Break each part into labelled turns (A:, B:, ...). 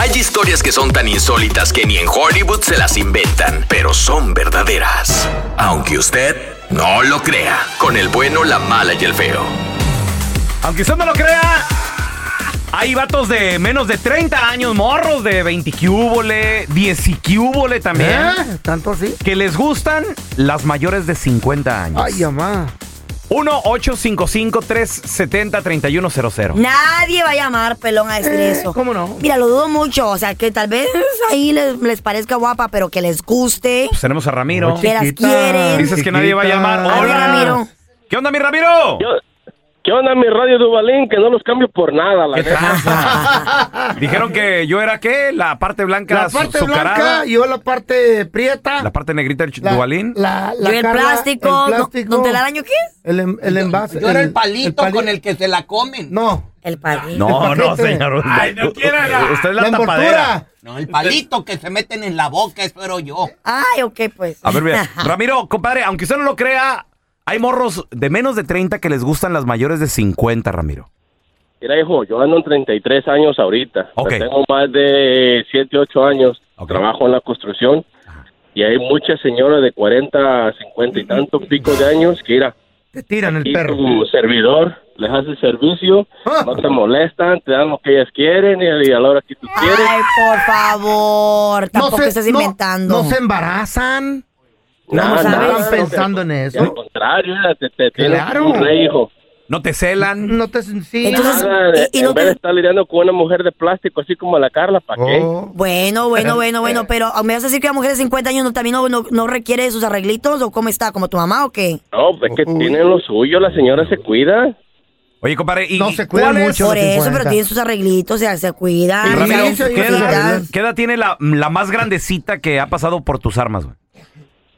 A: Hay historias que son tan insólitas que ni en Hollywood se las inventan, pero son verdaderas. Aunque usted no lo crea, con el bueno, la mala y el feo.
B: Aunque usted no lo crea, hay vatos de menos de 30 años, morros de 20 quiúbole, 10 y quiúbole también,
C: ¿Eh? ¿Tanto así?
B: que les gustan las mayores de 50 años.
C: Ay, mamá.
B: 1-855-370-3100.
D: Nadie va a llamar pelón a decir eso.
C: Eh, ¿Cómo no?
D: Mira, lo dudo mucho. O sea, que tal vez ahí les, les parezca guapa, pero que les guste.
B: Pues tenemos a Ramiro.
D: ¿Qué? las quieren.
B: Dices que nadie va a llamar.
D: A ver,
B: Hola.
D: Ramiro.
B: ¿Qué onda, mi Ramiro?
E: Yo- ¿Qué onda mi radio Dubalín? Que no los cambio por nada, la
B: ¿Qué
E: neta.
B: tal? Dijeron que yo era qué? La parte blanca,
C: La
B: su-
C: parte
B: azucarada,
C: blanca, yo la parte prieta.
B: la parte negrita, el
C: la-
B: dubalín.
C: La, la
D: Yo el
C: Carla,
D: plástico.
C: El
D: no-
C: plástico.
D: ¿Don Telaraño qué es?
C: El, em- el envase.
F: Yo era el palito con el que se la comen.
C: No,
D: El palito.
B: No,
C: el
B: no,
C: paquete.
B: señor.
A: Ay, no quiera la-
B: Usted es
C: la,
B: la, tapadera.
C: envoltura.
F: No, el palito que se meten en la boca, eso era yo.
D: Ay, ok, pues.
B: A ver, mira. Ramiro, compadre, aunque usted no lo crea, hay morros de menos de 30 que les gustan las mayores de 50, Ramiro.
E: Mira, hijo, yo ando en 33 años ahorita.
B: Ok.
E: Pero Tengo más de 7, 8 años.
B: Ok.
E: Trabajo en la construcción. Y hay muchas señoras de 40, 50 y tantos pico de años que, mira,
C: Te tiran el
E: y
C: perro.
E: tu servidor les hace servicio,
C: Ah.
E: no te molestan, te dan lo que ellas quieren y y a la hora que tú quieres.
D: Ay, por favor. Tampoco
C: se-
D: estás inventando.
C: No, se embarazan.
E: No,
C: No,
D: ¿sabes?
C: están pensando en
E: Y al
C: eso.
E: contrario, mira, te, te tienes
C: Claro.
E: un rey, hijo.
B: No te celan.
C: No te sí.
D: Entonces-
E: Nada de-
D: y- y no
E: en vez
D: te-
E: de estar lidiando con una mujer de plástico así como la Carla, ¿para qué?
C: Oh.
D: Bueno, bueno, bueno, bueno, pero ah, ¿me vas a decir que la mujer de 50 años no, también no, no, no requiere de sus arreglitos? ¿O cómo está? ¿Como tu mamá o qué?
E: No, pues es que
C: Uy.
E: tienen lo suyo, la señora se cuida.
B: Oye, compadre, ¿y
C: No
B: y
C: se cuidan
B: cuál es-
C: mucho.
D: Por eso,
C: 50.
D: pero tienen sus arreglitos, o sea, se cuidan.
C: Y
B: Ramiro,
D: saben
C: sí,
D: sus
C: sí,
B: ¿qué edad,
D: cositas.
C: sí.
B: qué edad tiene la, la más grandecita que ha pasado por tus armas, güey?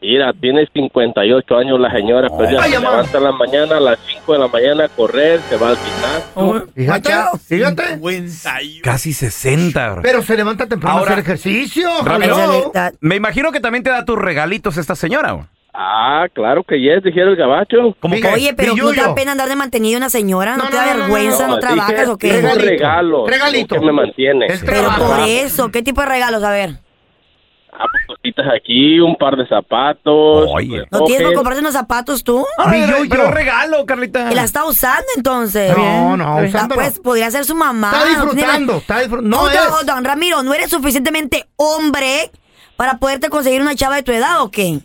E: Mira, tiene 58 años la señora, pero ella
C: Ay,
E: se
C: mamá.
E: levanta en la mañana, a las 5 de la mañana a correr, se va al gimnasio.
D: Oh.
C: Fíjate,
D: Mateo.
C: fíjate.
B: Casi 60, bro.
C: Pero se levanta temprano
B: Ahora-
C: a hacer ejercicio.
B: Ramiro,
D: Esa libertad.
B: me imagino que también te da tus regalitos esta señora, güey.
E: Ah, claro que yes, dijeron el gabacho.
B: Como
C: Sí.
B: que,
D: Oye, pero
C: Mi
D: ¿no te da
C: Yuyo.
D: pena andar de mantenido una señora? ¿No,
C: No,
D: te da
C: no, no, no,
D: vergüenza? ¿No,
E: dije,
D: trabajas o
E: tengo
C: Regalito.
D: qué?
E: regalos,
C: Regalito.
E: lo que me mantiene.
C: El
D: Pero
C: trabajo.
D: por e- eso, ¿qué tipo de regalos? A ver,
E: Ah, pues, cositas aquí, un par de zapatos. pues,
B: Oye.
D: ¿no tienes
E: Ok.
D: para comprarte unos zapatos tú?
B: Ah,
C: Mi
B: pero-
C: yo-yo.
B: pero regalo, Carlita.
D: Y la está usando entonces.
C: No, no,
D: Ah,
C: usándolo.
D: pues podría ser su mamá.
C: Está
D: no tiene nada-
C: disfrutando, está disfrutando. No
D: Hold on, hold
C: es.
D: on, Ramiro, Ah, ¿no eres suficientemente hombre para poderte conseguir una chava de tu edad o qué?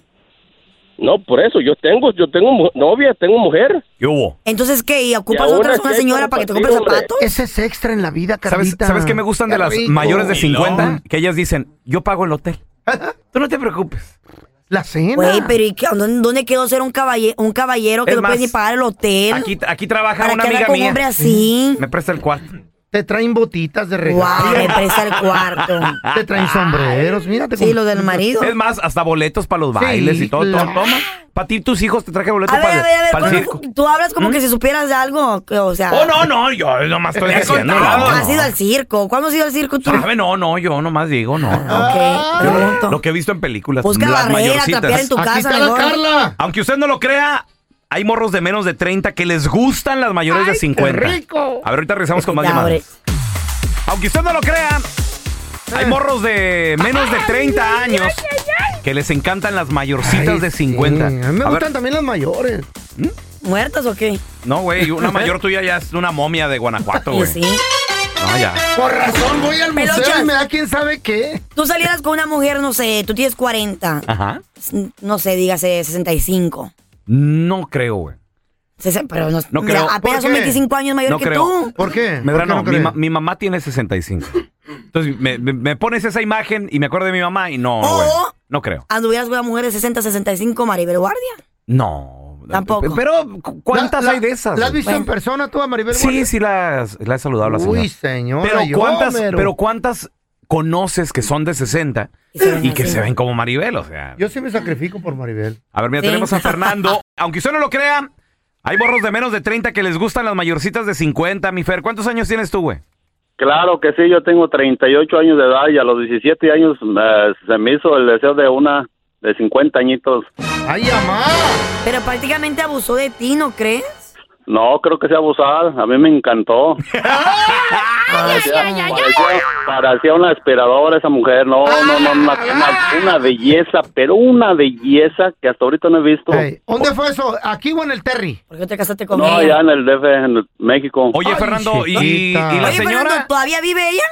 E: No, por eso, yo tengo, yo tengo mu- novia, tengo mujer.
B: ¿Qué hubo?
D: Entonces, ¿qué? ¿Y ocupas
E: Y ahora
D: otra
E: sí
D: una
E: hay
D: señora para que te compre
E: compartir, hombre.
D: zapatos?
C: Ese es extra en la vida,
B: ¿Sabes,
C: Carlita.
B: ¿Sabes qué me gustan de las
C: rico.
B: mayores de 50?
C: Milón.
B: Que ellas dicen, yo pago el hotel. Tú no te preocupes.
C: La cena.
D: Güey, pero ¿y qué? ¿Dónde, dónde quedó ser un caballero, un caballero que
B: Es
D: no
B: más,
D: puede ni pagar el hotel?
B: Aquí, aquí trabaja
D: para
B: una
D: que
B: amiga
D: con un
B: mía.
D: hombre así.
B: Me presta el cuarto.
C: Te traen botitas de
D: Guau, me
C: regalo.
D: presta el cuarto.
C: Te traen sombreros. Mírate.
D: Sí, lo del marido.
B: Es más, hasta boletos para los bailes y todo.
C: claro.
B: todo, Toma. Para ti, tus hijos te traje boletos
D: A ver,
B: para
D: a ver, a ver,
B: el
D: ¿cuándo
B: circo. ¿Mm?
D: fu- tú hablas como que si supieras de algo, que, o sea,
B: Oh, no, no, yo nomás estoy diciendo. no,
D: ¿cuándo has
B: no.
D: ido al circo? ¿Cuándo has ido al circo tú? Ah,
B: Sabe, No, no, yo nomás digo, no. Ah. no.
D: Ok, pregunto.
B: Lo que he visto en películas.
D: Busca
B: las
D: barrera,
B: mayorcitas.
D: tapear en tu
C: Aquí
D: casa,
C: está la
D: mejor.
C: Carla.
B: Aunque usted no lo crea, hay morros de menos de 30 que les gustan las mayores de 50.
C: rico!
B: A ver, ahorita regresamos con más
D: Ya,
B: llamadas.
D: hombre.
B: Aunque usted no lo crea, hay
C: Ah.
B: morros de menos de 30 años que les encantan las mayorcitas
C: Ay,
B: de
C: sí.
B: 50.
C: A mí me
B: A ver,
C: gustan también las mayores.
D: ¿Muertas o qué?
B: no, güey, una mayor tuya ya es una momia de Guanajuato,
D: Y
B: güey.
D: sí.
B: No, ya.
C: Por razón, voy al museo
D: Pelochas.
C: y me da quién sabe qué.
D: Tú salieras con una mujer, no sé, tú tienes 40,
B: Ajá.
D: s- no sé, dígase 65.
B: No creo, güey.
D: Sesen- Pero no,
B: No
D: o
B: creo.
D: sea, apenas
C: ¿Por
D: son
C: qué?
D: 25 años mayor
B: No
D: que
B: creo.
D: tú.
C: ¿Por qué?
B: Medrano,
C: ¿Por qué
B: mi,
C: crees?
B: ma- mi mamá tiene 65. Entonces, me, me- me pones esa imagen y me acuerdo de mi mamá y no,
D: O-
C: Oh.
B: güey. No creo.
D: Anduvieras con una mujer de 60, 65, Maribel Guardia.
B: No.
D: Tampoco.
B: Pero, ¿cu- ¿cuántas
C: La-
B: hay de esas?
C: ¿La has
B: güey?
C: visto en
D: Bueno.
C: persona tú a Maribel?
B: Sí, sí, las, las he saludado a la señora.
C: Uy, señor.
B: Pero cuántas, pero cuántas conoces que son de 60
D: Y se ven
B: y que
D: así.
B: se ven como Maribel, o sea.
C: Yo sí me sacrifico por Maribel.
B: A ver, mira,
D: Sí.
B: tenemos a Fernando. Aunque usted no lo crea, hay borros de menos de 30 que les gustan las mayorcitas de 50, mi Fer. ¿Cuántos años tienes tú, güey?
G: Claro que sí, yo tengo 38 años de edad y a los 17 años eh, se me hizo el deseo de una de 50 añitos.
C: ¡Ay, mamá!
D: Pero prácticamente abusó de ti, ¿no crees?
E: No, creo que sea abusada. A mí me encantó. Parecía- parecía- Parecía una aspiradora esa mujer. No, no, no. Una, una- una belleza, pero una belleza que hasta ahorita no he visto.
C: Ey, ¿Dónde fue eso? ¿Aquí o en el Terry?
D: ¿Por qué te casaste con
E: No,
D: ella?
E: ya en el DF, en el- México.
B: Oye, Fernando, ¿y, y la
D: Oye, Fernando,
B: señora?
D: ¿todavía vive ella?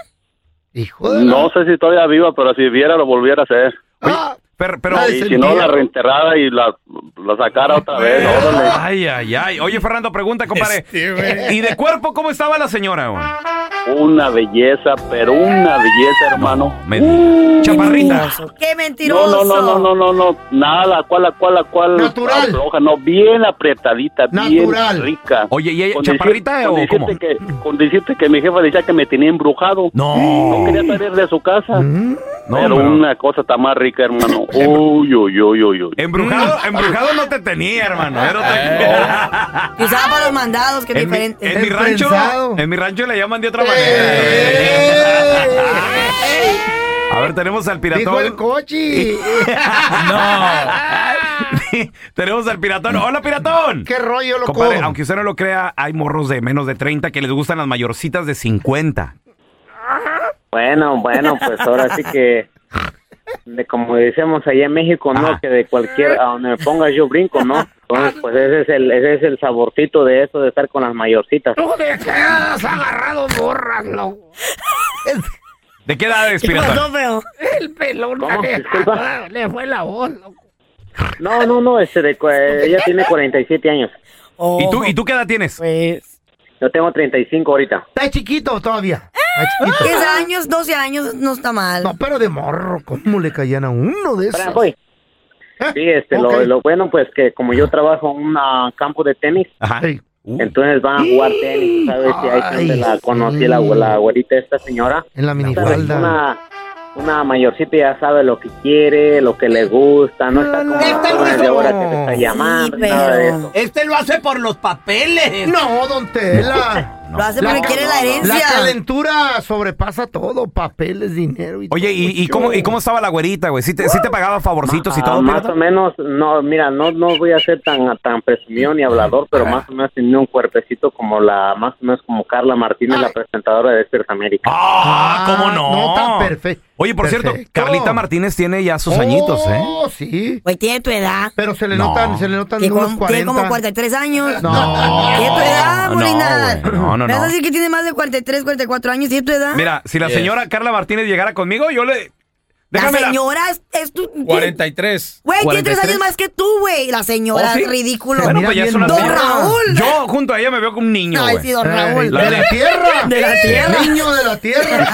C: Hijo de la-
E: No sé si todavía viva, pero si viera lo volviera a hacer.
C: Ah,
B: Per- pero,
C: Ay,
E: Y
C: se-
E: si no, la reenterrara y la, la sacara otra vez. Órale.
B: Ay, ay, ay. Oye, Fernando, pregunta, compadre. Eh, ¿Y de cuerpo cómo estaba la señora? güey?
E: Una belleza, pero una belleza, hermano.
B: Me
D: Uh,
B: diga. Chaparrita.
D: Mentiroso. Ah, ¡Qué
E: No,
D: mentiroso!
E: no, no, no, no, no, no, nada, cual, la cual, la cual.
C: Natural.
E: Floja, no, bien apretadita,
C: Natural.
E: bien rica.
B: Oye, ¿y ella
E: decir-
B: chaparrita
E: con
B: o
E: decirte
B: cómo?
E: Que, con decirte que mi jefa decía que me tenía embrujado.
B: No.
E: No quería salir de su casa.
C: Mm.
B: No, Em-
E: pero
B: pero-
E: una cosa está más rica, hermano. Uy, uy, uy, uy, uy.
B: em-
D: Mm.
B: Embrujado, embrujado no te tenía, hermano. Era
D: Eh,
B: otra-
D: Que usaba para los mandados, que es
B: en, mi, en
D: diferente.
B: mi rancho,
C: Pensado.
B: en mi rancho le llaman de otra manera.
D: Eh.
B: A ver, tenemos al
C: Dijo el
B: piratón.
C: coche.
B: tenemos al piratón. Hola, piratón.
C: ¿Qué rollo, loco?
B: Compadre, aunque usted no lo crea, hay morros de menos de 30 que les gustan las mayorcitas de 50.
H: Bueno, bueno, pues ahora sí que, de como decimos allá en México, ¿no?
B: Ajá.
H: Que de cualquier, a donde me pongas yo brinco, ¿no? Entonces, pues ese es el, ese es el saborcito de eso de estar con las mayorcitas.
B: ¿De qué edad es,
D: ¿Qué
B: piratón?
D: pasó, feo?
H: ¿Cómo? Disculpa. No, no, no, este de, cu- eh, ella tiene 47 años.
B: ¿Y tú, ¿Y tú qué edad tienes?
D: Pues...
H: Yo tengo 35 ahorita.
C: Está chiquito todavía. Está chiquito.
D: 10 años, 12 años, no está mal.
C: No, pero de morro, ¿cómo le caían a uno de
H: Espera,
C: esos?
H: voy.
C: ¿Eh?
H: Sí, este, lo,
C: Ok.
H: lo bueno, pues que como yo trabajo en un ah, campo de tenis,
B: Ajá.
C: Ey,
B: Uh,
H: entonces van a jugar tenis, ¿sabes? Y ahí fue donde
C: Ay,
H: la conocí, la,
C: sí.
H: la abuelita, de esta señora.
C: en la
H: ¿Sabes?
C: minifalda.
H: Una, una mayorcita ya sabe lo que quiere, lo que le gusta, no está como
C: No,
H: las
F: no,
H: jóvenes de
F: no.
H: ahora que te está llamando,
D: Sí,
H: nada de
D: pero-
H: eso.
F: Este lo hace por los papeles.
C: No, don Tela.
D: Lo hace
C: La-
D: porque quiere la
C: La
D: herencia.
C: calentura sobrepasa todo, papeles, dinero y
B: Oye, ¿y, y
C: todo.
B: cómo, ¿y cómo estaba la güerita, güey? ¿Sí te, sí te pagaba favorcitos y
H: Ah,
B: todo,
H: más o
B: piratón?
H: menos, no, mira, no, no voy a ser tan, tan presumido ni hablador,
B: Ah.
H: pero más o menos tenía un cuerpecito como la, más o menos como Carla Martínez, la presentadora de Despierta América.
B: Ah,
C: Ah,
B: ¿cómo no?
C: no, tan perfecto.
B: Oye, por cierto,
C: Perfecto.
B: Carlita Martínez tiene ya sus
C: Oh,
B: añitos, ¿eh?
C: sí.
D: Güey, tiene tu edad.
C: Pero se le
B: No.
C: notan, se le notan
D: Que
C: unos
D: como-
C: 40.
D: tiene como 43 años.
C: No.
D: Tiene tu edad,
B: No,
D: Molina.
B: güey, no, no,
D: ¿Me vas
B: no.
D: a decir que tiene más de 43, 44 años? ¿Tiene tu edad?
B: Mira, si la señora Carla Martínez llegara conmigo, yo le...
D: la
B: Déjame
D: señora es, es tu...
I: 43.
D: Güey, tiene tres
I: 43.
D: años más que tú, güey. La señora,
B: ¿Oh, sí?
D: es ridículo.
B: Bueno,
C: Mira
B: pues ya es
C: bien,
B: una
D: don
B: señora.
D: Raúl.
B: Yo junto a ella me veo como un niño,
D: Ay,
B: güey.
D: sí, don
C: Eh, de
D: Raúl.
C: la tierra.
D: De la tierra.
C: Niño de la tierra.